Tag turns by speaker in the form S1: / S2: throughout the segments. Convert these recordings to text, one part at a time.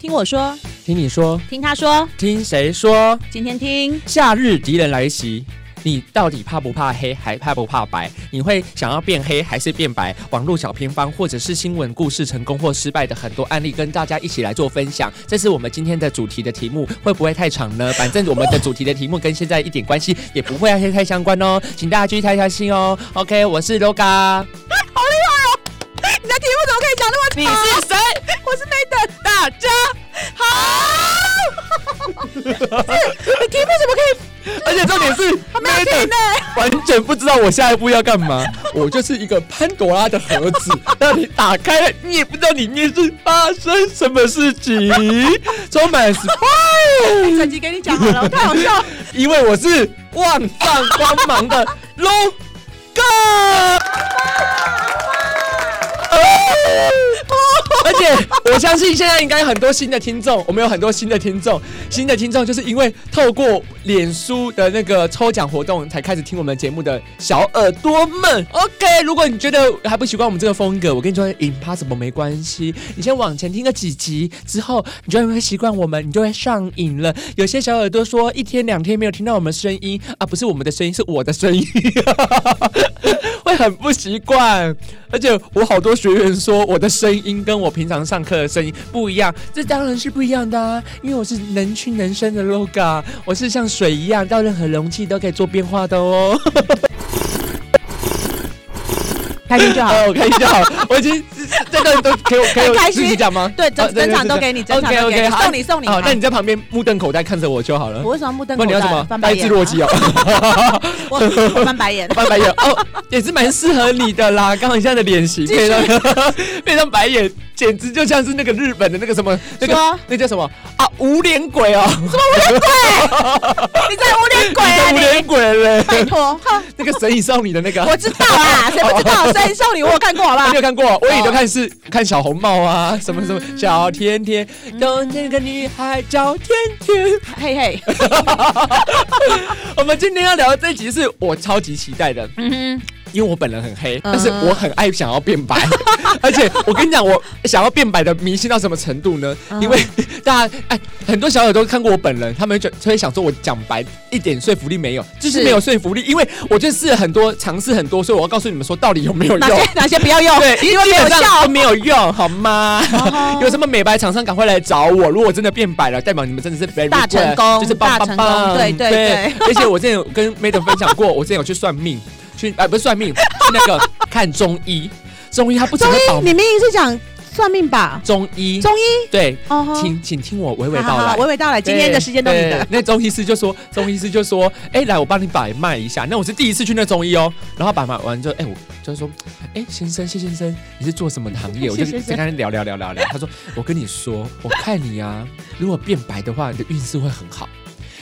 S1: 听我说，
S2: 听你说，
S1: 听他说，
S2: 听谁说？
S1: 今天听
S2: 夏日敌人来袭，你到底怕不怕黑，还怕不怕白？你会想要变黑还是变白？网络小偏方或者是新闻故事成功或失败的很多案例，跟大家一起来做分享。这是我们今天的主题的题目，会不会太长 呢？反正我们的主题的题目跟现在一点关系也不会太太相关哦，请大家继续太小心哦。OK，我是 Loga，哎
S1: 你的题目怎么可以讲那么
S2: 你是谁？
S1: 我是没等大家好，你题目怎么可以？
S2: 而且重点 是
S1: 没有听呢
S2: Nathan 完全不知道我下一步要干嘛。我就是一个潘多拉的盒子，让你打开了，你也不知道里面是发生什么事情，充满 surprise。
S1: 整集哎给你讲好了，我太好笑了。
S2: 因为我是万丈光芒的 logo。而 且我相信现在应该很多新的听众，我们有很多新的听众，新的听众就是因为透过脸书的那个抽奖活动才开始听我们节目的小耳朵们。OK，如果你觉得还不习惯我们这个风格，我跟你说，impossible 没关系，你先往前听个几集之后，你就会习惯我们，你就会上瘾了。有些小耳朵说一天两天没有听到我们声音啊，不是我们的声音，是我的声音。 会很不习惯，而且我好多学员说我的声音跟我平常上课的声音不一样，这当然是不一样的啊，因为我是能屈能伸的 LOGA，我是像水一样到任何容器都可以做变化的哦。
S1: 开心就好。
S2: 哦，我开心就好，我已经这段都给我给
S1: 很
S2: 我
S1: 开
S2: 自
S1: 心
S2: 己讲吗？
S1: 对，整
S2: 哦
S1: 整场都给你，整场都给
S2: OK，OK，
S1: 你，
S2: 好
S1: 送你送你。
S2: 好，那你在旁边目瞪口呆看着我就好了
S1: 我。为什么目瞪
S2: 不
S1: 口
S2: 然你要什
S1: 呆？
S2: 么？
S1: 翻白
S2: 呆滞
S1: 眼
S2: 若
S1: 啊。
S2: 鸡哦，
S1: 我我翻白 眼。
S2: 翻白眼哦，也是蛮适合你的啦。刚好你现在的脸型
S1: 继续
S2: 配上 配上白眼，简直就像是那个日本的那个什么那个
S1: 说
S2: 那叫什么啊？无脸鬼哦，
S1: 你在污点鬼啊
S2: 无
S1: 你！
S2: 脸鬼 嘞，
S1: 拜托，哼
S2: 那个神隐少女的那个啊，
S1: 我知道 哦啦，谁不知道？谁少女我有看过，好不
S2: 啊
S1: 好
S2: 你？有看过？我也都看是看小红帽啊，
S1: 嗯
S2: 什么什么小甜甜，有那个女孩叫甜甜。
S1: 嘿 嘿，
S2: 我们今天要聊的这集是我超级期待的，
S1: 嗯哼，
S2: 因为我本人很黑，
S1: 嗯
S2: 但是我很爱想要 变白，而且我跟你讲，我想要变白的迷信到什么程度呢？
S1: 嗯
S2: 因为大家哎，很多小耳朵看过我本人，他们就就会想说我讲白一点说服力没有，就是
S1: 是
S2: 没有说服力，因为我就试了很多，尝试很多，所以我要告诉你们说到底有没有
S1: 哪
S2: 用。
S1: 些哪些不要用？
S2: 对，因为基
S1: 没有
S2: 本上
S1: 效
S2: 都没有用，好吗？
S1: 哦
S2: 有什么美白厂商赶快来找我！如果我真的变白了，代表你们真的是 very
S1: 大
S2: good，
S1: 成功
S2: 就是棒
S1: 大
S2: 棒
S1: 成
S2: 棒。
S1: 功对对对
S2: 而且我之前有跟 Madam 分享过，我之前有去算命，去啊、不是算命， 去那个看中医。中医他不只
S1: 中
S2: 会
S1: 医，
S2: 保
S1: 你明明是讲算命吧？
S2: 中医，
S1: 中医
S2: 对，
S1: 哦吼，
S2: 嗯请请听我娓娓
S1: 好好
S2: 道
S1: 好
S2: 来。
S1: 娓娓道来，今天的时间都你
S2: 对
S1: 的。。
S2: 哎那中医师就说，中医师就说，哎、来，我帮你把脉一下。那我是第一次去那中医哦，然后把脉完之后，哎、我就说，哎、先生，谢先生，你是做什么 行业？我就
S1: 谢先生
S2: 跟他聊聊聊聊聊。他说，我跟你说，我看你啊，如果变白的话，你的运势会很好。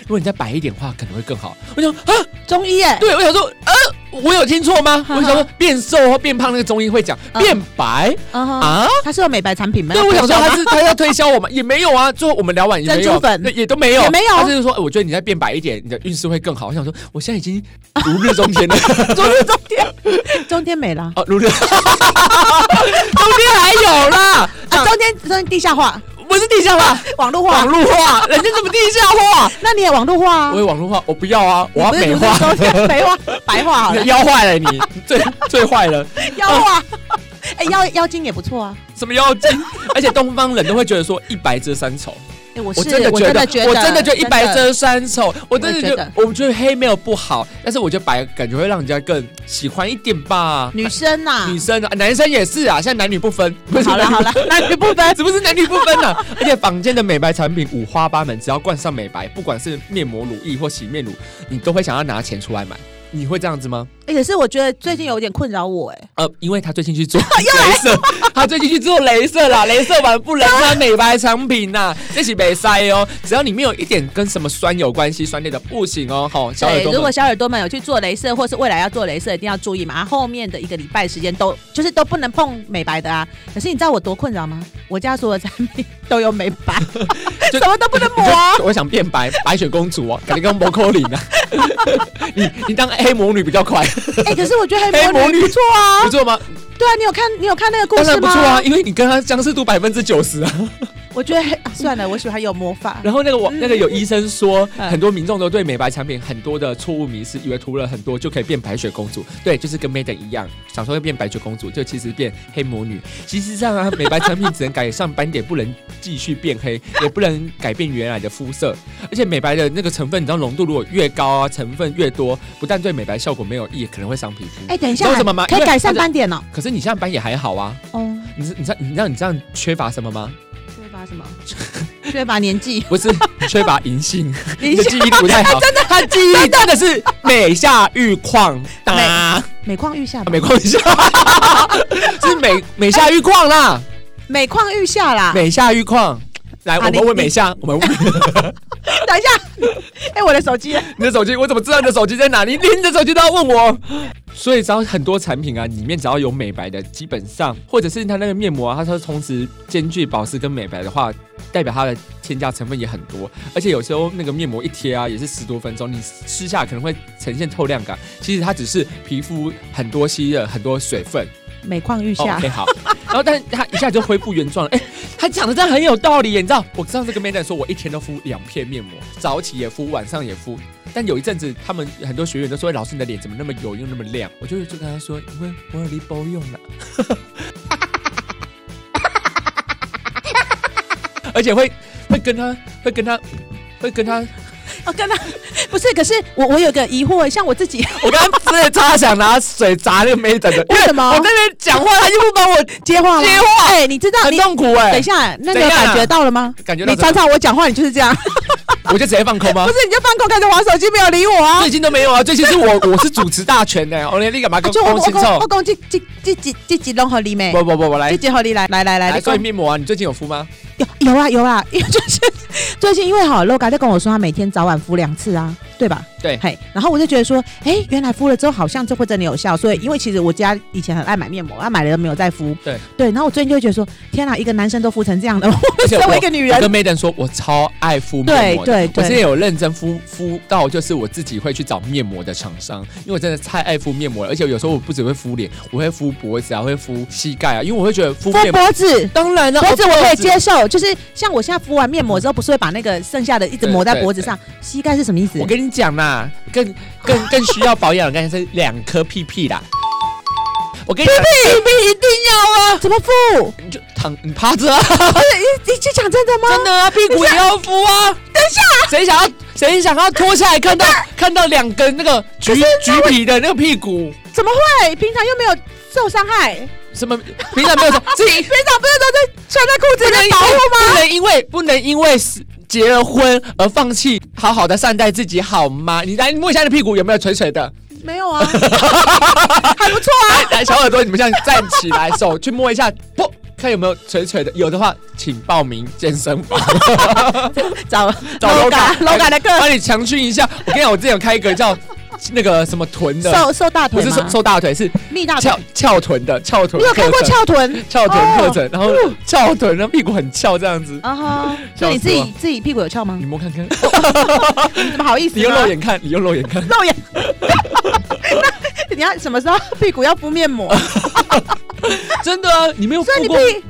S2: 如果你再白一点的话，可能会更好。我想啊，
S1: 中医耶，
S2: 对，我想说，呃，我有听错吗？
S1: 哈哈
S2: 我想说，变瘦或变胖，那个中医会讲
S1: 嗯
S2: 变白、
S1: 嗯哼，
S2: 啊。
S1: 它是有美白产品吗？
S2: 对，我想说他是他要推销我们，也没有啊。最后我们聊完也没
S1: 珍
S2: 有
S1: 珠，粉
S2: 对也都没有，
S1: 也没有
S2: 他就是说，哎我觉得你再变白一点，你的运势会更好。我想说，我现在已经如日中天了，
S1: 中日中天，中天美啦，
S2: 啊， 如日，中间还有啦，
S1: 啊，中天中天地下化，
S2: 不是地下化，
S1: 网络
S2: 网
S1: 化，
S2: 络化，人家怎么地下化？
S1: 那你也网络化啊
S2: 我？有网络化，我不要啊，我
S1: 你不
S2: 要
S1: 是
S2: 美
S1: 不
S2: 化
S1: 是，中天美 化，白化好
S2: 你
S1: 了
S2: 的，腰坏了你，你最最坏了，
S1: 妖 化，哎，妖妖精也不错啊。
S2: 什么妖精？而且东方人都会觉得说一白遮三丑。
S1: 哎，我是
S2: 我真的
S1: 我
S2: 觉
S1: 真
S2: 得
S1: 的觉，得，
S2: 我真的觉得一白遮三丑，我真的觉
S1: 我也觉
S2: 得
S1: 得，
S2: 我觉得黑没有不好，但是我觉得白感觉会让人家更喜欢一点吧。
S1: 女生呐
S2: 女，生啊，男生也是啊，现在男女不分，不是
S1: 好了好 了，
S2: 男女不分，是不是男女不分啊？而且坊间的美白产品五花八门，只要冠上美白，不管是面膜、乳液或洗面乳，你都会想要拿钱出来买。你会这样子吗？
S1: 哎可是我觉得最近有点困扰我，哎，
S2: 呃，因为他最近 去做镭射，他最近去做镭射啦，镭射完不能穿美白产品呐、这是没塞哦。只要里面有一点跟什么酸有关系，酸类的不行哦。吼，小耳
S1: 对，
S2: 朵
S1: 哎如果
S2: 们，
S1: 小耳朵们有去做镭射，或是未来要做镭射，一定要注意嘛。啊后面的一个礼拜时间都就是都不能碰美白的啊。可是你知道我多困扰吗？我家所有产品都有美 白，
S2: 就
S1: 什么都不能抹。啊
S2: 就我想变白，白雪公主哦，感觉跟摩扣林啊。 你你当黑魔女比较快，
S1: 哎、可是我觉得
S2: 黑
S1: 黑魔
S2: 魔
S1: 女
S2: 女
S1: 不错啊
S2: 不。错吗？
S1: 对啊，你有看你有看那个故
S2: 当
S1: 事
S2: 然不
S1: 吗？
S2: 错啊，因为你跟他相似度百分之九十啊。
S1: 我觉得、啊算了，我喜欢有魔法。
S2: 然后那个网那个有医生说，
S1: 嗯
S2: 很多民众都对美白产品很多的错误迷思，以为涂了很多就可以变白雪公主。对，就是跟 Maiden 一样，想说会变白雪公主，就其实变黑魔女。其实上啊，美白产品只能改善斑点，不能继续变黑， 也不能改变原来的肤色。而且美白的那个成分，你知道浓度如果越高啊，成分越多，不但对美白效果没有益，也可能会伤皮肤。
S1: 哎、等一
S2: 你知
S1: 下
S2: 道为，什么吗？
S1: 可以
S2: 因为
S1: 改善
S2: 它是。
S1: 斑点哦。
S2: 可是你现在斑也还好啊，
S1: 哦，
S2: 你知你知道你知道你这样缺乏什么吗？
S1: 缺乏什么？缺乏年纪。
S2: 不是缺乏银杏。
S1: 你
S2: 你的记忆力不太 好，真的，他记忆力真的是美下玉矿哒，
S1: 每况愈下吧，
S2: 美矿下， 是美美下玉矿啦，
S1: 每况愈下啦。
S2: 美下玉矿。来，我
S1: 啊啊你
S2: 们问美下，我们问
S1: 等一下，哎、我的手机呢
S2: 你的手机，我怎么知道你的手机在哪里？连你的手机都要问我。所以，只要很多产品啊，里面只要有美白的，基本上或者是它那个面膜啊，它说同时兼具保湿跟美白的话，代表它的添加成分也很多。而且有时候那个面膜一贴啊，也是十多分钟，你吃下可能会呈现透亮感。其实它只是皮肤很多吸了很多水分。
S1: 每况愈
S2: 哦
S1: 下。
S2: OK，好。然后，但是它一下就恢复原状了。哎、他讲的真的很有道理耶，你知道？我上次跟 Maiden 说，我一天都敷两片面膜，早起也敷，晚上也敷。但有一阵子，他们很多学员都说：“哎老师，你的脸怎么那么油又那么亮？”我就就跟他说：“哎因为我有 l i p 用了。” 而且会会跟他会跟他会跟他，
S1: 哦，刚刚不是，可是我我有个疑惑，像我自己，
S2: 我刚刚真的超想拿水砸那个 Maiden 的，
S1: 为什么
S2: 我在那边讲话，他就不帮我
S1: 接话吗
S2: 接话，
S1: 哎、你知道
S2: 很
S1: 你
S2: 痛苦哎、
S1: 等一下，那你
S2: 怎
S1: 有
S2: 样啊
S1: 感觉到了吗？
S2: 感觉到
S1: 你
S2: 怎么
S1: 常常我讲话，你就是这样，
S2: 我就直接放空啊吗
S1: 不？是你就放空看着玩手机，没有理我啊
S2: 最。近都没有啊，最近是我 我是主持大全的，我连你干嘛
S1: 啊
S2: 跟
S1: 就我
S2: 公
S1: 我
S2: 信
S1: 讲
S2: 臭
S1: 我？讲这这这几这几拢合理没？
S2: 不不不不，来
S1: 这几合理来来来来，
S2: 来，
S1: 你
S2: 所
S1: 讲
S2: 以面膜啊，你最近有敷吗？
S1: 有有啊有啊， 因为就是最近因为好 LOGA 在跟我说他每天早晚敷两次啊，对吧？
S2: 对
S1: 嘿，然后我就觉得说，哎，原来敷了之后好像就会真的有效，所以因为其实我家以前很爱买面膜，啊买了都没有再敷，
S2: 嗯对
S1: 对，然后我最近就会觉得说，天哪，一个男生都敷成这样的，我
S2: 而且
S1: 身
S2: 我
S1: 为一个女
S2: 我
S1: 人，
S2: 跟 Maiden 说，我超爱敷面
S1: 对
S2: 膜的。
S1: 对
S2: 我之
S1: 对，
S2: 前有认真敷敷到，就是我自己会去找面膜的厂商，因为我真的太爱敷面膜了，而且有时候我不只会敷脸，我会敷脖子啊，会敷膝盖啊，因为我会觉得敷
S1: 敷
S2: 面膜，
S1: 脖 子。
S2: 当然了，
S1: 脖子我可以
S2: 哦，
S1: 接受，就是像我现在敷完面膜之后，不是会把那个剩下的一直抹在
S2: 嗯对对
S1: 脖子上？膝盖是什么意思
S2: 我？跟你讲啦，更更更需要保养的，刚才是两颗屁屁啦。我跟你讲，
S1: 一定要 啊！怎么敷？
S2: 你就躺，你趴着啊。
S1: 你你是讲真的吗？
S2: 真的啊，屁股也要敷啊！ 等一下，谁想要谁想要脱下来看到看到两根那个橘橘皮的那个屁股？
S1: 怎么会？平常又没有受伤害，
S2: 什么？平常 没有什么，是因
S1: 平常不是都在穿在裤子里保护
S2: 不
S1: 吗？
S2: 能因为不能因为是结了婚而放弃好好的善待自己好吗？你来摸一下你的屁股有没有垂 垂的？
S1: 没 有啊，还不错啊。
S2: 来，小耳朵，你们现在站起来，手去摸一下，噗，看有没有垂垂的。有的话，请报名健身 房。
S1: 找
S2: 找哎 Loga
S1: Loga 的
S2: 帮
S1: 课，
S2: 你强训一下。我跟你讲，我之前有开一个叫那个什么臀的，
S1: 瘦瘦大
S2: 不
S1: 腿
S2: 是
S1: 吗
S2: 瘦？瘦大腿，是
S1: 蜜大腿
S2: 翘，翘臀的翘臀
S1: 你
S2: 课
S1: 有
S2: 程，
S1: 看过翘臀？
S2: 翘臀课程，然后
S1: 哦
S2: 翘臀，然后屁股很翘这样子，
S1: 啊 哈！所以你自己自己屁股有翘嗯吗
S2: 你？摸看 看，
S1: 你怎么好意思？
S2: 你用肉，眼看，你用肉眼 看，
S1: 肉眼。那你要什么时候屁股要敷面膜？
S2: 真的啊，你没有呃敷
S1: 所以你
S2: 过，
S1: 屁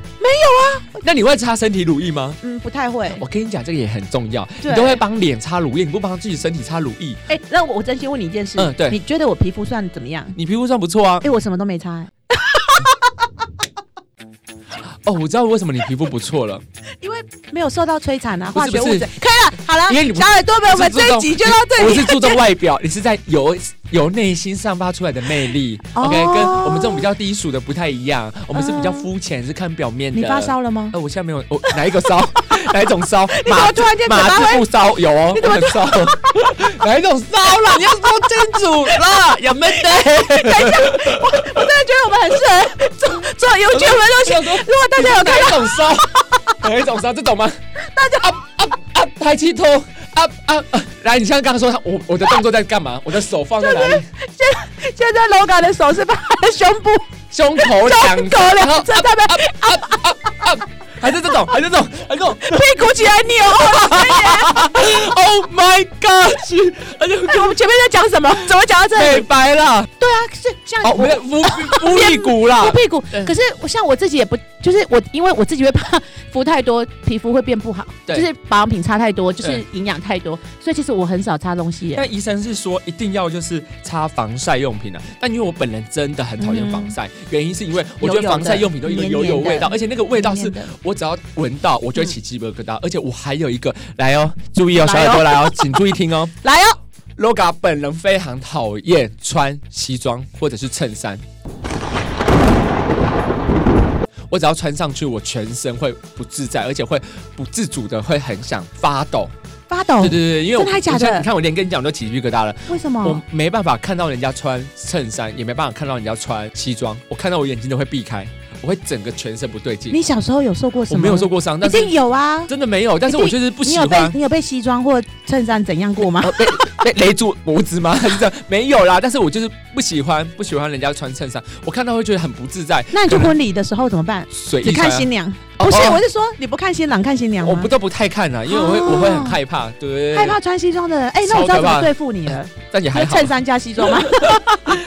S2: 那你会擦身体乳液吗？
S1: 嗯不太会。
S2: 我跟你讲，这个也很重要，
S1: 对
S2: 你都会帮脸擦乳液，你不帮自己身体擦乳液，
S1: 哎，那我我真心问你一件事，
S2: 嗯对
S1: 你觉得我皮肤算怎么样？
S2: 你皮肤算不错啊。
S1: 哎，我什么都没擦，
S2: 哦，我知道为什么你皮肤不错了，
S1: 因为没有受到摧残啊，
S2: 不
S1: 化
S2: 是不
S1: 学
S2: 是
S1: 物质。可以了，好了，
S2: 因为你不
S1: 小耳朵们，我们
S2: 我是注
S1: 这一
S2: 重
S1: 集就到这
S2: 我
S1: 里。
S2: 是注重外表，你是在由由内心散发出来的魅力。
S1: 哦
S2: OK，跟我们这种比较低俗的不太一样，我们是比较
S1: 嗯
S2: 肤浅，是看表面的。
S1: 你发烧了吗？
S2: 呃，我现在没有，我、哪一个烧？哪一种烧？
S1: 你怎么突然间嘴
S2: 马
S1: 巴
S2: 字
S1: 会？
S2: 不烧有哦，我很烧。哪一种烧啦？你要说清楚啦，有没得？
S1: 我真的觉得我们很适合做做有趣的东西。
S2: 想说
S1: 如果大家有看
S2: 哪一种烧？哪一种烧？这种吗？啊大家 up up up 抬起头 up up。up 啊来，你像刚刚说他，我我的动作在干嘛？我的手放在哪里？
S1: 现在 LOGA 的手是放在胸部，
S2: 胸口两
S1: 胸口两
S2: 然后啊
S1: 侧，代表
S2: up up up。还是这种，还是这种，还是这种。
S1: 屁股起来哦扭。
S2: Oh my god！是而且
S1: 哎，我们前面在讲什么？怎么讲到这
S2: 美
S1: 里？
S2: 白啦，
S1: 对啊，是像
S2: 哦，没有敷 敷屁股啦
S1: 敷。屁股
S2: 对。
S1: 可是我像我自己也不，就是我因为我自己会怕敷太多，皮肤会变不好，就
S2: 对
S1: 是保养品擦太多，就是
S2: 对
S1: 营养太多，所以其实我很少擦东西耶。
S2: 但医生是说一定要就是擦防晒用品啊，但因为我本人真的很讨厌防晒，原因是因为我
S1: 油油
S2: 觉得
S1: 的
S2: 防晒用品都有一个油油味
S1: 嗯黏黏
S2: 道，
S1: 的
S2: 而且那个味道是
S1: 黏黏的嗯
S2: 我只要闻到我就会起鸡皮疙瘩，而且我还有一个来哦，注意哦，小
S1: 来哦
S2: 耳朵来哦，请注意听哦。
S1: 来哦，
S2: LOGA 本人非常讨厌穿西装或者是衬衫。我只要穿上去，我全身会不自在，而且会不自主的会很想发抖。
S1: 发抖
S2: 对对，对，因为我
S1: 哦真的还假的
S2: 我现在你看我连跟你讲我都起鸡皮疙瘩了，
S1: 为什
S2: 我
S1: 么？
S2: 没办法看到人家穿衬衫，也没办法看到人家穿西装，我看到我眼睛都会避开，我会整个全身不对劲。
S1: 你小时候有受过什
S2: 我
S1: 么？
S2: 没有受过伤，
S1: 一
S2: 但
S1: 定
S2: 是
S1: 有啊。
S2: 真的没有，但是我就是不
S1: 你
S2: 喜
S1: 有被
S2: 欢。
S1: 你有被西装或衬衫怎样过吗？
S2: 呃被被勒住脖子吗？ 还是这样？没有啦，但是我就是不喜欢，不喜欢人家穿衬衫，我看到会觉得很不自在。
S1: 那你去
S2: 可能
S1: 婚礼的时候怎么 办？
S2: 随
S1: 只
S2: 意穿
S1: 看
S2: 啊、
S1: 新娘？
S2: 哦
S1: 不是，
S2: 哦
S1: 我是说你不看新郎，看新娘吗
S2: 我不都不太看啊啦、因为我会、
S1: 哦
S2: 我会很害怕，对不对？
S1: 害怕穿西装的人，哎，那我知道
S2: 超可
S1: 怎
S2: 怕
S1: 么对付你了，
S2: 但也
S1: 就
S2: 还好，
S1: 衬衫加西装吗？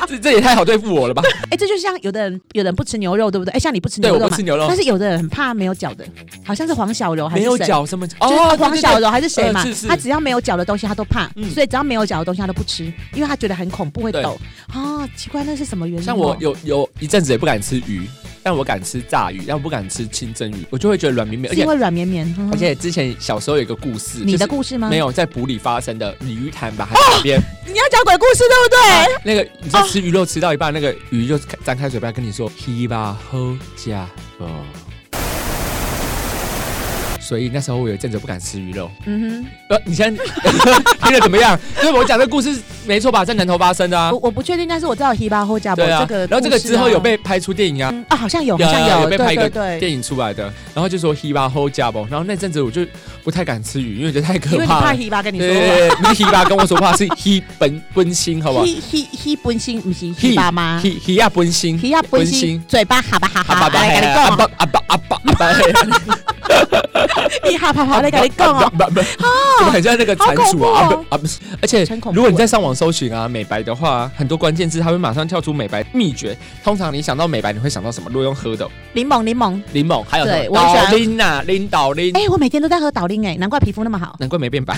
S2: 这这也太好对付我了吧？
S1: 哎，这就像有的人，有人不吃牛肉，对不对？哎，像你不吃
S2: 对，
S1: 牛
S2: 我
S1: 肉
S2: 不
S1: 嘛
S2: 吃，牛肉
S1: 但，是有的人很怕没有脚的，好像是黄小柔还是
S2: 没有
S1: 谁
S2: 脚什么
S1: 就是
S2: 哦，
S1: 黄
S2: 对
S1: 小柔还是谁嘛
S2: 呃是，是
S1: 他只要没有脚的东西他都怕，
S2: 嗯
S1: 所以只要没有脚的东西他都不吃，因为他觉得很恐怖会
S2: 对
S1: 抖。啊，奇怪，那是什么原因哦？
S2: 像我有有一阵子也不敢吃鱼，但我敢吃炸鱼，但我不敢吃清蒸鱼，我就会觉得软绵绵，而
S1: 是因
S2: 且
S1: 为软绵绵，嗯
S2: 而且之前小时候有一个故事，
S1: 你的
S2: 就是
S1: 故事吗？啊
S2: 没，有在埔里发生的鲤鱼潭吧，海旁边、
S1: 你要讲鬼故事对不
S2: 啊
S1: 对？
S2: 那个你在吃鱼肉吃到一半，那个鱼就张开嘴巴跟你说“ h 吧吼加哦”，所以那时候我有一阵子不敢吃鱼肉。
S1: 嗯
S2: 呃，你现在听得怎么样？ 因为我讲这故事没错吧，在南头发生的啊
S1: 哼，我。我不确定，但是我知道 Hiba 或加伯
S2: 对啊
S1: 这，个故事啊，
S2: 然后这个之后有被拍出电影啊，
S1: 嗯啊，好像有，好
S2: 有
S1: 像
S2: 有
S1: 有，
S2: 有被拍一
S1: 对
S2: 个
S1: 对对，
S2: 电影出来的，然后就说 “he 吧吼加不”，然后那阵子我就不太敢吃鱼，因为觉得太
S1: 因
S2: 可
S1: 为你
S2: 怕
S1: 怕
S2: 了。
S1: Hiba 跟你 说
S2: 对对
S1: 话。
S2: 对，对不是 he 吧跟我说话，是 he 本本 心，好不好
S1: He he he 本心不是 Hiba 吗
S2: he he 呀本心
S1: ？He 要本
S2: 本
S1: 心
S2: 心，
S1: 嘴巴哈巴哈
S2: 阿
S1: 哈，
S2: 爸爸
S1: 来
S2: 嘿
S1: 跟你
S2: 阿
S1: 讲哦，
S2: 爸阿爸阿爸阿爸嘿，
S1: 你哈啪啪来跟你讲哦。
S2: 爸爸，怎么很像那个蟾
S1: 好恐
S2: 蜍
S1: 怖
S2: 啊？
S1: 哦
S2: 啊不啊不是，而且
S1: 很恐怖
S2: 如果你在上网搜寻啊美白的话，很多关键字它会马上跳出美白秘诀。通常你想到美白，你会想到什么？如果用喝的
S1: 柠檬柠檬，
S2: 柠檬，还有什
S1: 对
S2: 么啊
S1: 我喜欢
S2: 导林呐，林导林，
S1: 哎、，我每天都在喝导令哎，难怪皮肤那么好
S2: 难怪没变白。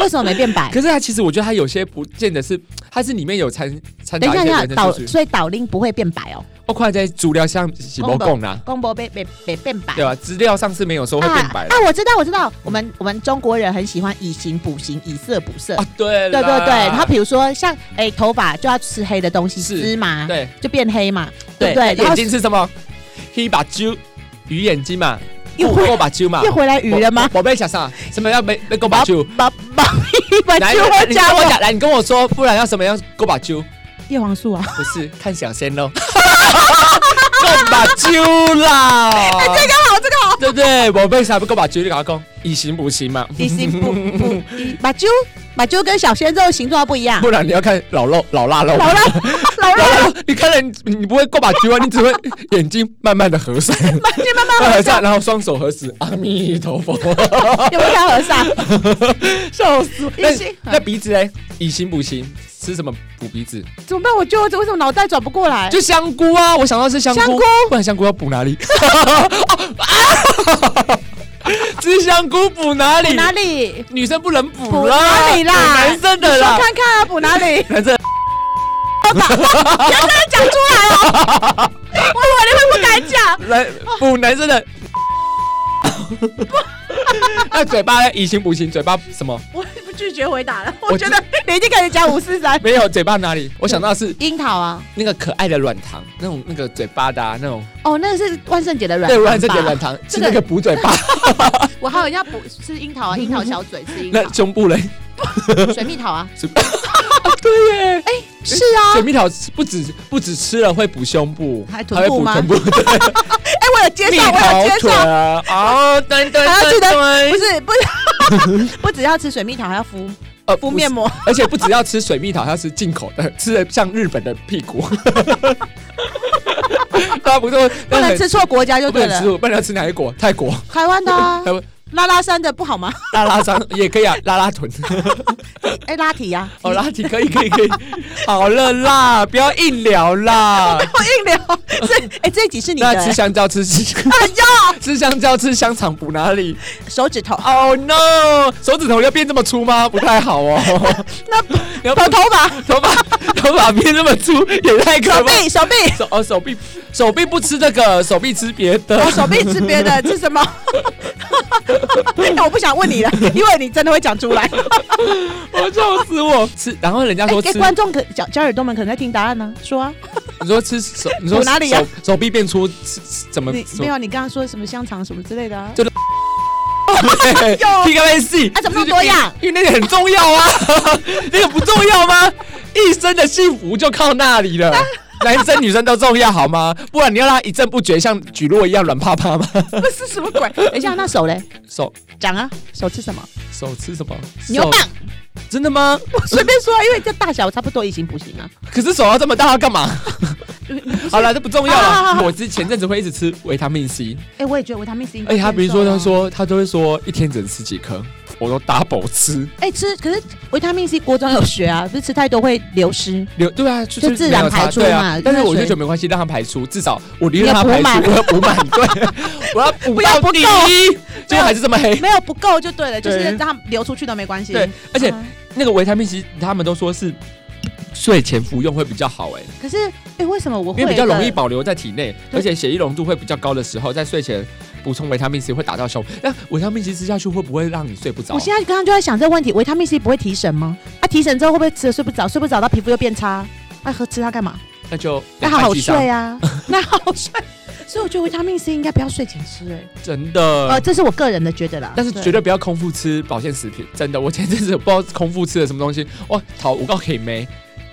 S1: 为什么没变白？
S2: 可是它其实我觉得它有些不见得是，它是里面有掺掺
S1: 等一下，
S2: 杂
S1: 等
S2: 一些
S1: 一下，
S2: 人
S1: 导
S2: 的素
S1: 所以导令不会变白哦，
S2: 包括在足疗上是没讲啦，
S1: 公博被被被变白。
S2: 对吧？资料上是没有说会变白
S1: 啊
S2: 的
S1: 啊！我知道，我知道，我们我们中国人很喜欢以形补形，以色补色。
S2: 啊，对
S1: 对
S2: 啦
S1: 对对，然后比如说像哎、头发就要吃黑的东西，
S2: 是
S1: 芝麻
S2: 对。
S1: 就变黑嘛，对
S2: 对
S1: 不对？然后
S2: 眼睛是什么？黑把揪，鱼眼睛嘛，
S1: 又
S2: 过
S1: 回
S2: 过把揪嘛
S1: 又，回来鱼了吗？
S2: 宝贝，小啥？什么要没没过把
S1: 宝
S2: 揪？
S1: 宝宝，把
S2: 来，
S1: 就我
S2: 你
S1: 加
S2: 跟
S1: 我
S2: 我讲，来，你跟我说，不然要什么样过把揪？
S1: 叶黄素啊！
S2: 不是看小鲜 肉，过把揪啦！
S1: 哎
S2: 这个好，这个好，对不对？宝贝，啥不过把揪？你跟我讲，以形补形嘛，
S1: 以形补补，以把揪把揪跟小鲜肉形状不一样
S2: 不，然你要看老肉老腊肉。
S1: 老了老了。
S2: 老腊肉你看了你你不会过把揪啊，你只会眼睛慢慢的合上，
S1: 慢慢
S2: 慢慢合上，然后双手合十，阿弥 陀佛。
S1: 有没有看和尚？
S2: 笑死！那
S1: 一心
S2: 那鼻子嘞，以形补形，吃什么补鼻子？
S1: 怎么办？我就为什么脑袋转不过来？
S2: 就香菇啊！我想到是香菇，
S1: 哎香菇
S2: 不然香菇要补哪里？ 哦啊！吃香菇补哪里？
S1: 补哪里？
S2: 女生不能补
S1: 补
S2: 啦，
S1: 哪里啦？
S2: 补男生的啦？
S1: 你说，看看啊，补哪里
S2: 男生
S1: 讲出来哦！我以为你会不敢讲。
S2: 来补男生的。 那嘴巴嘞以形补形，嘴巴什么？
S1: 我不拒绝回答了。我
S2: 我
S1: 觉得你已经开始讲五四三。
S2: 没有，嘴巴哪里？我想到的是
S1: 樱桃啊，
S2: 那个可爱的软糖，那种那个嘴巴的、啊、那种，
S1: 哦，那是万圣节的软
S2: 对，
S1: 糖吧
S2: 软这个软。糖，
S1: 这
S2: 吃
S1: 个
S2: 那个补嘴 巴，
S1: 我还有要补吃樱桃啊，樱桃小嘴吃樱
S2: 那
S1: 桃，
S2: 胸部嘞？
S1: 水蜜桃啊，
S2: 对耶，
S1: 是啊
S2: 水。哎蜜桃不止不止吃了会补胸部，
S1: 还臀
S2: 还会
S1: 部
S2: 补
S1: 吗
S2: 臀部，对，
S1: 哎，我有介
S2: 蜜
S1: 绍，我
S2: 桃
S1: 有介
S2: 腿
S1: 绍。
S2: 啊，哦，对对
S1: 还要记得
S2: 对
S1: 不
S2: 对，
S1: 是不是，不只要吃水蜜桃，还要敷
S2: 呃
S1: 敷面，膜。
S2: 不是而且不只要吃水蜜桃，还要吃进口的，吃的像日本的屁股， 大家不错，
S1: 不能吃错国家就
S2: 不
S1: 对
S2: 能
S1: 了
S2: 吃。，不能吃哪一国？泰国、
S1: 台湾的啊
S2: 台，湾
S1: 拉拉山的不好吗？
S2: 拉拉山也可以啊，拉拉臀。
S1: 哎，拉提呀，
S2: 哦，拉提可以可以可以，好了啦，不要硬聊啦。
S1: 我硬聊。这哎，这一集是你的
S2: 那吃
S1: 哎
S2: 香蕉吃吃吃香蕉吃香肠补哪里
S1: 手指头，哦
S2: ？Oh no！手指头要变这么粗吗？不太好哦。
S1: 那
S2: 你要
S1: 绑头发、
S2: 头发头发变那么粗也太可
S1: 手
S2: 怕。
S1: 臂、手臂，
S2: 手哦手臂手臂不吃这个，手臂吃别的
S1: 我。哦手臂吃别的，吃什么？ 哎那我不想问你了，因为你真的会讲出来。
S2: 我笑死我！ 吃，然后人家
S1: 哎
S2: 说
S1: 给
S2: 吃，
S1: 观众可小小耳朵们可能在听答案呢，说啊，
S2: 你说吃手，你说
S1: 补哪里呀
S2: 手手臂变粗是是怎么？
S1: 你
S2: 怎
S1: 没
S2: 么
S1: 有，你刚刚说什么香肠什么之类的啊？
S2: 对
S1: 有
S2: P K V C，
S1: 啊怎么那么多样？
S2: 因为那个很重要啊， 那个不重要吗？一生的幸福就靠那里了。男生女生都重要好吗？不然你要让他一阵不绝，像举落一样软趴趴吗？
S1: 不是什么鬼？等一下，哎那手嘞？
S2: 手
S1: 讲啊，手吃什么？
S2: 手吃什么？
S1: 牛
S2: 手
S1: 蒡，
S2: 真的吗？
S1: 我随便说啊，因为这大小差不多，以形补形啊。
S2: 可是手要这么大要干嘛？好了，这不重要
S1: 好好好
S2: 了。
S1: 好
S2: 我之前阵子会一直吃维他命 C，
S1: 哎，我也觉得维他命 C。
S2: 而且他比如说
S1: 啊
S2: 他，说他都会说一天只能吃几颗，我都 double 吃。
S1: 哎，吃可是维他命 C 国中有学啊，不是吃太多会流失。
S2: 流对啊，就
S1: 就是自
S2: 没有
S1: 然排
S2: 差
S1: 出
S2: 对啊
S1: 嘛。
S2: 但是
S1: 那
S2: 我就
S1: 水
S2: 觉得没关系，让它排出，至少我宁
S1: 你
S2: 愿
S1: 要
S2: 它
S1: 补
S2: 排
S1: 满
S2: 出，我要补满， 对，我要补
S1: 不要
S2: 到
S1: 不
S2: 底
S1: 够，啊
S2: 结果还是这么黑。
S1: 没有不够就对了，就是
S2: 哎对
S1: 让它流出去都没关系。
S2: 对，而且
S1: 嗯
S2: 那个维他命 C，他们都说是睡前服用会比较好，哎，
S1: 可是哎，为什么我会
S2: 因为比较
S1: 有一个
S2: 容易保留在体内，
S1: 对
S2: 而且血液浓度会比较高的时候，在睡前补充维他命 C 会达到效果。那维他命 C 吃下去会不会让你睡不着
S1: 我？现在刚刚就在想这个问题，维他命 C 不会提神吗？啊，提神之后会不会吃了睡不着？睡不着，到皮肤又变差，那、喝吃它干嘛？
S2: 那就
S1: 那好好
S2: 两败俱伤
S1: 睡啊， 那好好睡。所以我觉得维他命 C 应该不要睡前吃、 哎、
S2: 真的。
S1: 呃，这是我个人的觉得啦。
S2: 但是绝对不要空腹吃保健食品，真的。我前阵子不知道空腹吃了什么东西，哇，讨我告可以没。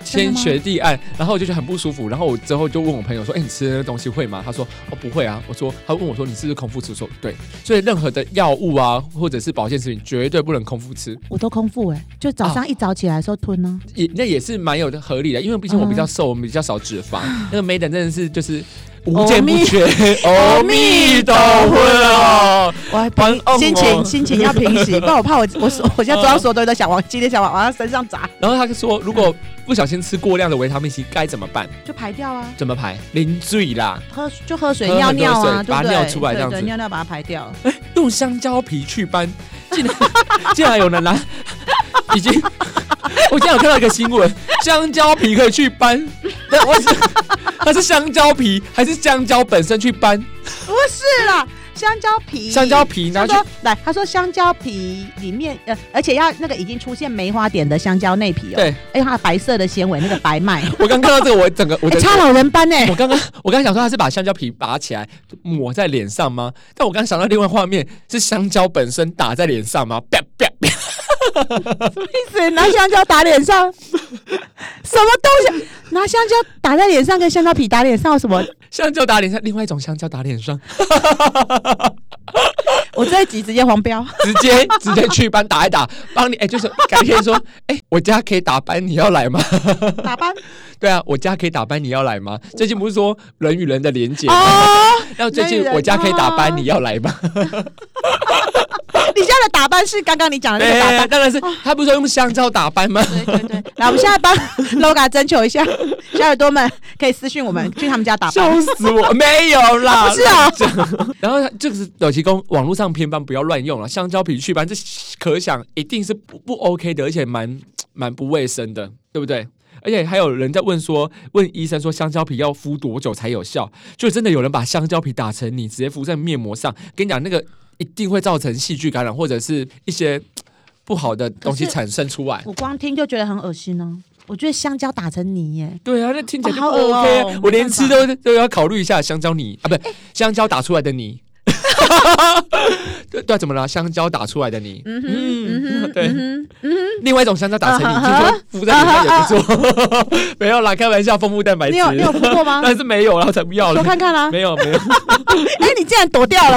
S1: 真的
S2: 天
S1: 吗
S2: 旋地暗，然后我就觉得很不舒服，然后我之后就问我朋友说：“哎、你吃的那个东西会吗？”他说：“哦，不会啊。”我说：“他问我说你是不是空腹吃？”我说：“对。”所以任何的药物啊，或者是保健食品，绝对不能空腹吃，
S1: 我都空腹哎、就早上一早起来的时候吞啊呢、
S2: 也那也是蛮有的合理的，因为毕竟我比较瘦，我们比较少脂 肪。那个 Maiden 真的是就是无坚不缺，
S1: 阿
S2: 阿
S1: 弥
S2: 弥
S1: 陀
S2: 陀
S1: 佛
S2: 佛。
S1: 我还
S2: 晚安
S1: 平
S2: 哦
S1: 心情心情要平 息，不然我怕我我我我现在桌上所有东西都想往今天想往往他身上砸，
S2: 然后他就说，如果不小心吃过量的维他命 C 该怎么办？
S1: 就排掉啊，
S2: 怎么排？零醉啦，
S1: 喝就喝水
S2: 喝
S1: 尿
S2: 很多
S1: 尿
S2: 水
S1: 啊，对不
S2: 把它
S1: 对？
S2: 尿出来这样
S1: 对对
S2: 子
S1: 尿尿把它排掉。
S2: 用香蕉皮祛斑，竟 然竟然有人拿，已经，我今天有看到一个新闻，香蕉皮可以祛斑，那我是它是香蕉皮还是香蕉本身去斑？
S1: 不是啦，香蕉皮，
S2: 香蕉皮拿
S1: 他
S2: 去
S1: 说来，他说香蕉皮里面呃，而且要那个已经出现梅花点的香蕉内皮哦，
S2: 对，
S1: 哎，它白色的纤维那个白麦，
S2: 我刚看到这个，我整个我
S1: 哎，
S2: 的。
S1: 差老人斑哎
S2: 我，刚刚我刚刚想说他是把香蕉皮拔起来抹在脸上吗？但我刚想到另外画面是香蕉本身打在脸上吗？啪啪啪
S1: 意思 拿香蕉打脸 上，什么东西？拿香蕉打在脸上跟香蕉皮打脸上有什么？
S2: 香蕉打脸上，另外一种香蕉打脸上，
S1: 我这一集直接黄 标，
S2: 直接直接去班打一打，帮你哎、就是改天说，哎、我家可以打班，你要来吗？
S1: 打斑
S2: 对啊，我家可以打班，你要来吗？最近不是说人与人的连结吗？
S1: 哦，
S2: 然后最近
S1: 人与人
S2: 我家可以打
S1: 哦
S2: 班，你要来吗？
S1: 你现在的打扮是刚刚你讲的那个打 扮。
S2: 对，哎当然是他不是说用香蕉打班吗？
S1: 对对对，来，我们现在帮 LOGA 征求一下，小耳朵们可以私信我们
S2: 嗯
S1: 去他们家打扮。
S2: 笑死我！没有 啦，
S1: 不是啊
S2: 乱讲。 然后这个是有提供网络上偏方，不要乱用了。香蕉皮祛斑，这可想一定是不不 OK 的，而且蛮蛮不卫生的，对不对？而且还有人在问说，问医生说香蕉皮要敷多久才有效？就真的有人把香蕉皮打成泥，直接敷在面膜上。跟你讲，那个一定会造成细菌感染或者是一些不好的东西
S1: 可是
S2: 产生出来。
S1: 我光听就觉得很恶心哦。我觉得香蕉打成泥耶，
S2: 对啊，那听起来就不
S1: 哦好恶哦
S2: OK 啊！
S1: 没
S2: 我连
S1: 办法
S2: 吃都都要考虑一下香蕉泥啊，不，香蕉打出来的泥。 对对啊，怎么了？香蕉打出来的泥，
S1: 嗯哼，
S2: 嗯
S1: 嗯
S2: 哼，
S1: 哼，
S2: 对。
S1: 嗯哼，嗯
S2: 另外一种香蕉打成泥，
S1: 啊
S2: 听
S1: 哈
S2: 说敷在脸上也不 错。没有啦，开玩笑，丰富蛋白
S1: 哼，
S2: 质
S1: 你。有你有敷过吗？
S2: 但是没有啦，我才不要
S1: 说
S2: 了。
S1: 看啊看啦、
S2: 没有没有。
S1: 哎、你竟然躲掉了、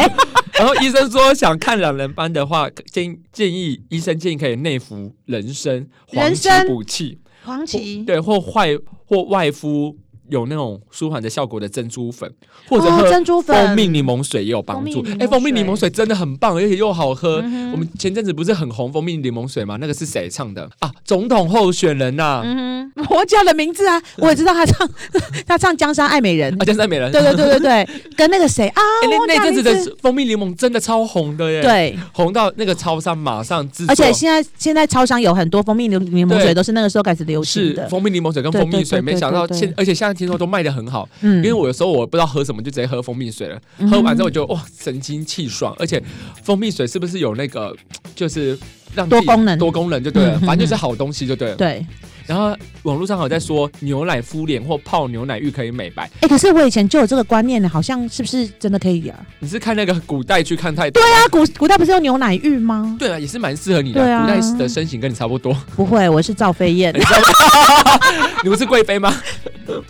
S2: 然后医生说，想看两人斑的话，建建议医生建议可以内服人参、黄
S1: 人
S2: 芪
S1: 参
S2: 补气，
S1: 黄
S2: 或
S1: 芪，
S2: 对，或外或外敷有那种舒缓的效果的珍珠粉，或者
S1: 哦
S2: 喝
S1: 珍珠粉
S2: 蜂蜜柠檬水也有帮助
S1: 蜂蜜柠。檬
S2: 哎，蜂蜜柠檬水真的很棒，而且又好喝。
S1: 嗯哼
S2: 我们前阵子不是很红蜂蜜柠檬水吗？那个是谁唱的啊？总统候选人呐、啊，
S1: 嗯哼，我叫的名字啊，我也知道他唱 他唱《江山爱美人》
S2: 江山美人。
S1: 对对对对 对，跟那个谁啊，
S2: 哎，那
S1: 我
S2: 那
S1: 忘
S2: 阵
S1: 记
S2: 子
S1: 他名字
S2: 的蜂蜜柠檬真的超红的耶，，
S1: 对，
S2: 红到那个超商马上制作，
S1: 而且现在现在超商有很多蜂蜜柠柠檬
S2: 对
S1: 水都是那个时候开始流行
S2: 是
S1: 的，
S2: 蜂蜜柠檬水跟
S1: 对
S2: 蜂蜜
S1: 对
S2: 水，
S1: 对
S2: 没
S1: 对
S2: 想到
S1: 对
S2: 现，而且现在听说都卖的很好。
S1: 嗯
S2: 因为我有时候我不知道喝什么，就直接喝蜂蜜水了。
S1: 嗯
S2: 喝完之后我就哇，神清气爽。而且蜂蜜水是不是有那个，就是让自己
S1: 多功能
S2: 多功能就对了，
S1: 嗯嗯
S2: 反正就是好东西就对了。
S1: 对，
S2: 然后网络上有在说牛奶敷脸或泡牛奶浴可以美白，
S1: 哎，可是我以前就有这个观念，好像是不是真的可以 啊？
S2: 你是看那个古代去看太多。
S1: 那古古代不是用牛奶浴吗？
S2: 对啊，也是蛮适合你的。
S1: 对啊
S2: 古代的身形跟你差不多，
S1: 不会，我是赵飞燕，
S2: 你不是贵妃吗？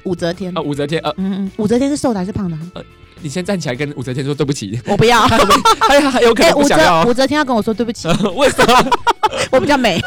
S1: 武则天
S2: 啊，。武则天，呃，
S1: 嗯，嗯武则天是瘦的还是胖的啊？
S2: 你先站起来跟武则天说对不起，
S1: 我不要。
S2: 她她有可
S1: 哎，
S2: 能不
S1: 武
S2: 想要
S1: 则
S2: 哦。
S1: 哎武则天要跟我说对不起，
S2: 为什么？
S1: 我比较 美。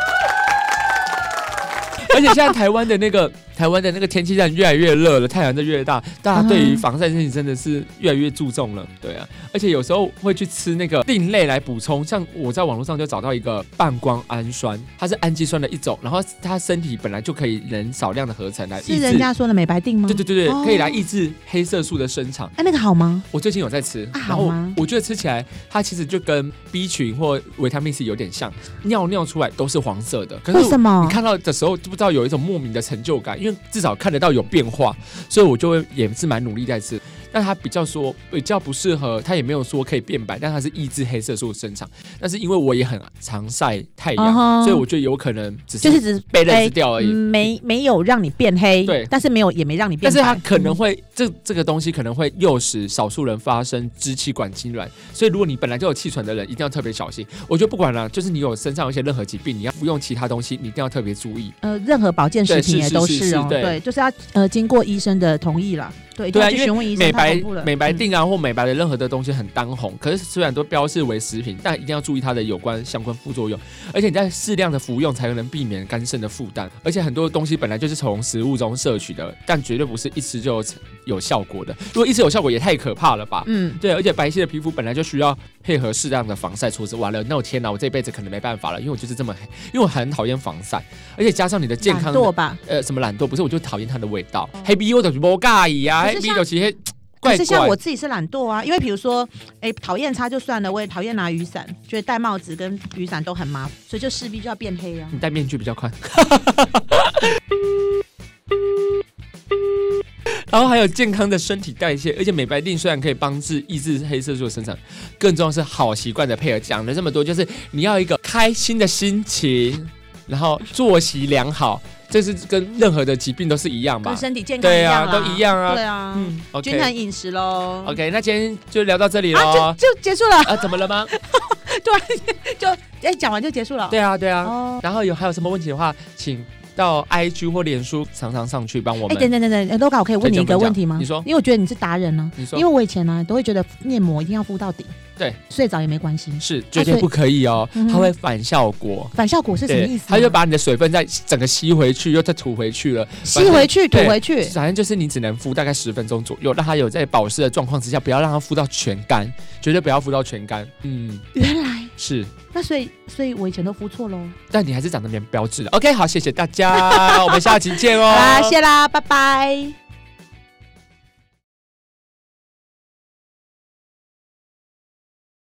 S2: 而且现在台湾的那个台湾的那个天气现在越来越热了，太阳就越来越大，大家对于防晒这件事情真的是越来越注重了。对啊，而且有时候会去吃那个另类来补充，像我在网络上就找到一个半胱氨酸，它是氨基酸的一种，然后它身体本来就可以能少量的合成来
S1: 是
S2: 抑制。
S1: 人家说的美白定吗？
S2: 对对对
S1: 哦
S2: 对，可以来抑制黑色素的生长。
S1: 哎，那个好吗？
S2: 我最近有在吃，
S1: 啊
S2: 然后
S1: 好吗
S2: 我我觉得吃起来它其实就跟 B 群或维他命 C 有点像，尿尿出来都是黄色的。可是
S1: 为什么
S2: 你？看到的时候就不知道有一种莫名的成就感，因为至少看得到有变化，所以我就会也是蛮努力在吃。但它比较说比较不适合，它也没有说可以变白，但它是抑制黑色素生长。但是因为我也很常晒太阳
S1: 嗯哼
S2: 所以我觉得有可能只
S1: 就是
S2: 是
S1: 只
S2: 被认
S1: 哎
S2: 识掉而已。
S1: 没没有让你变黑，
S2: 对
S1: 但是没有也没让你变
S2: 但
S1: 白，嗯
S2: 是它可能会，这这个东西可能会诱使少数人发生支气管痉挛，所以如果你本来就有气喘的人，一定要特别小心。我觉得不管了，就是你有身上有一些任何疾病，你要服用其他东西，你一定要特别注意。
S1: 呃，任何保健食
S2: 对
S1: 品
S2: 是
S1: 也
S2: 是
S1: 都
S2: 是
S1: 是哦，
S2: 是对
S1: 就是要呃经过医生的同意啦，对，一定
S2: 对啊
S1: 要去
S2: 因为
S1: 询问医生，
S2: 美
S1: 太
S2: 白
S1: 恐怖了
S2: 美白
S1: 嗯
S2: 定啊，或美白的任何的东西很当红，可是虽然都标示为食品，但一定要注意它的有关相关副作用，而且你在适量的服用才能避免肝肾的负担。而且很多东西本来就是从食物中摄取的，但绝对不是一吃就有效果的。如果一吃有效果，也太可怕了吧？
S1: 嗯，
S2: 对，而且白皙的皮肤本来就需要配合适当的防晒措施。完了，那我天哪，我这辈子可能没办法了，因为我就是这么黑，因为我很讨厌防晒，而且加上你的健康
S1: 懒
S2: 的
S1: 惰吧。
S2: 呃，什么懒惰，不是，我就讨厌它的味道。黑 B 我就是无介意啊，
S1: 可
S2: 黑
S1: 是
S2: B
S1: 像
S2: 就是黑
S1: 可
S2: 怪
S1: 是像
S2: 怪
S1: 我。自己是懒惰啊，因为比如说，哎，讨厌擦就算了，我也讨厌拿雨伞，觉得戴帽子跟雨伞都很麻烦，所以就势必就要变黑啊。
S2: 你戴面具比较快。 然后还有健康的身体代谢，而且美白定虽然可以帮助抑制黑色素的生长，更重要是好习惯的配合。讲了这么多，就是你要一个开心的心情，然后作息良好，这是跟任何的疾病都是一样吧
S1: 跟？身体健康
S2: 对
S1: 一样啦
S2: 啊，都一，样啊。
S1: 对啊，
S2: 嗯
S1: 均衡
S2: ，OK
S1: 饮食喽。
S2: OK，那今天就聊到这里
S1: 啊，
S2: 喽。
S1: 就就结束了，
S2: 啊，怎么了吗？
S1: 就哎讲完就结束了。
S2: 对啊，对啊。
S1: 哦，
S2: 然后有还有什么问题的话，请到 IG 或脸书常常上去帮我
S1: 哎、
S2: 们。
S1: 等等等等呃，Loga，我可以问你一
S2: 对
S1: 个
S2: 讲
S1: 问题吗？
S2: 讲你说
S1: 因为我觉得你是达人呢、
S2: 你说
S1: 因为我以前呢、啊都会觉得面膜一定要敷到底，
S2: 对，
S1: 睡着也没关系。
S2: 是绝对不可以哦，
S1: 所以嗯哼
S2: 它会反效果。
S1: 反效果是什么意思啊？
S2: 它就把你的水分再整个吸回去，又再吐回去了。
S1: 吸回去、吐
S2: 对
S1: 回去。
S2: 反正就是你只能敷大概十分钟左右，让它有在保湿的状况之下，不要让它敷到全干，绝对不要敷到全干。嗯，
S1: 原来，
S2: 是，
S1: 那所以，所以我以前都敷错喽。
S2: 但你还是长得蛮标致的。OK，好，谢谢大家，我们下期见哦。
S1: 好啦，谢啦，拜拜。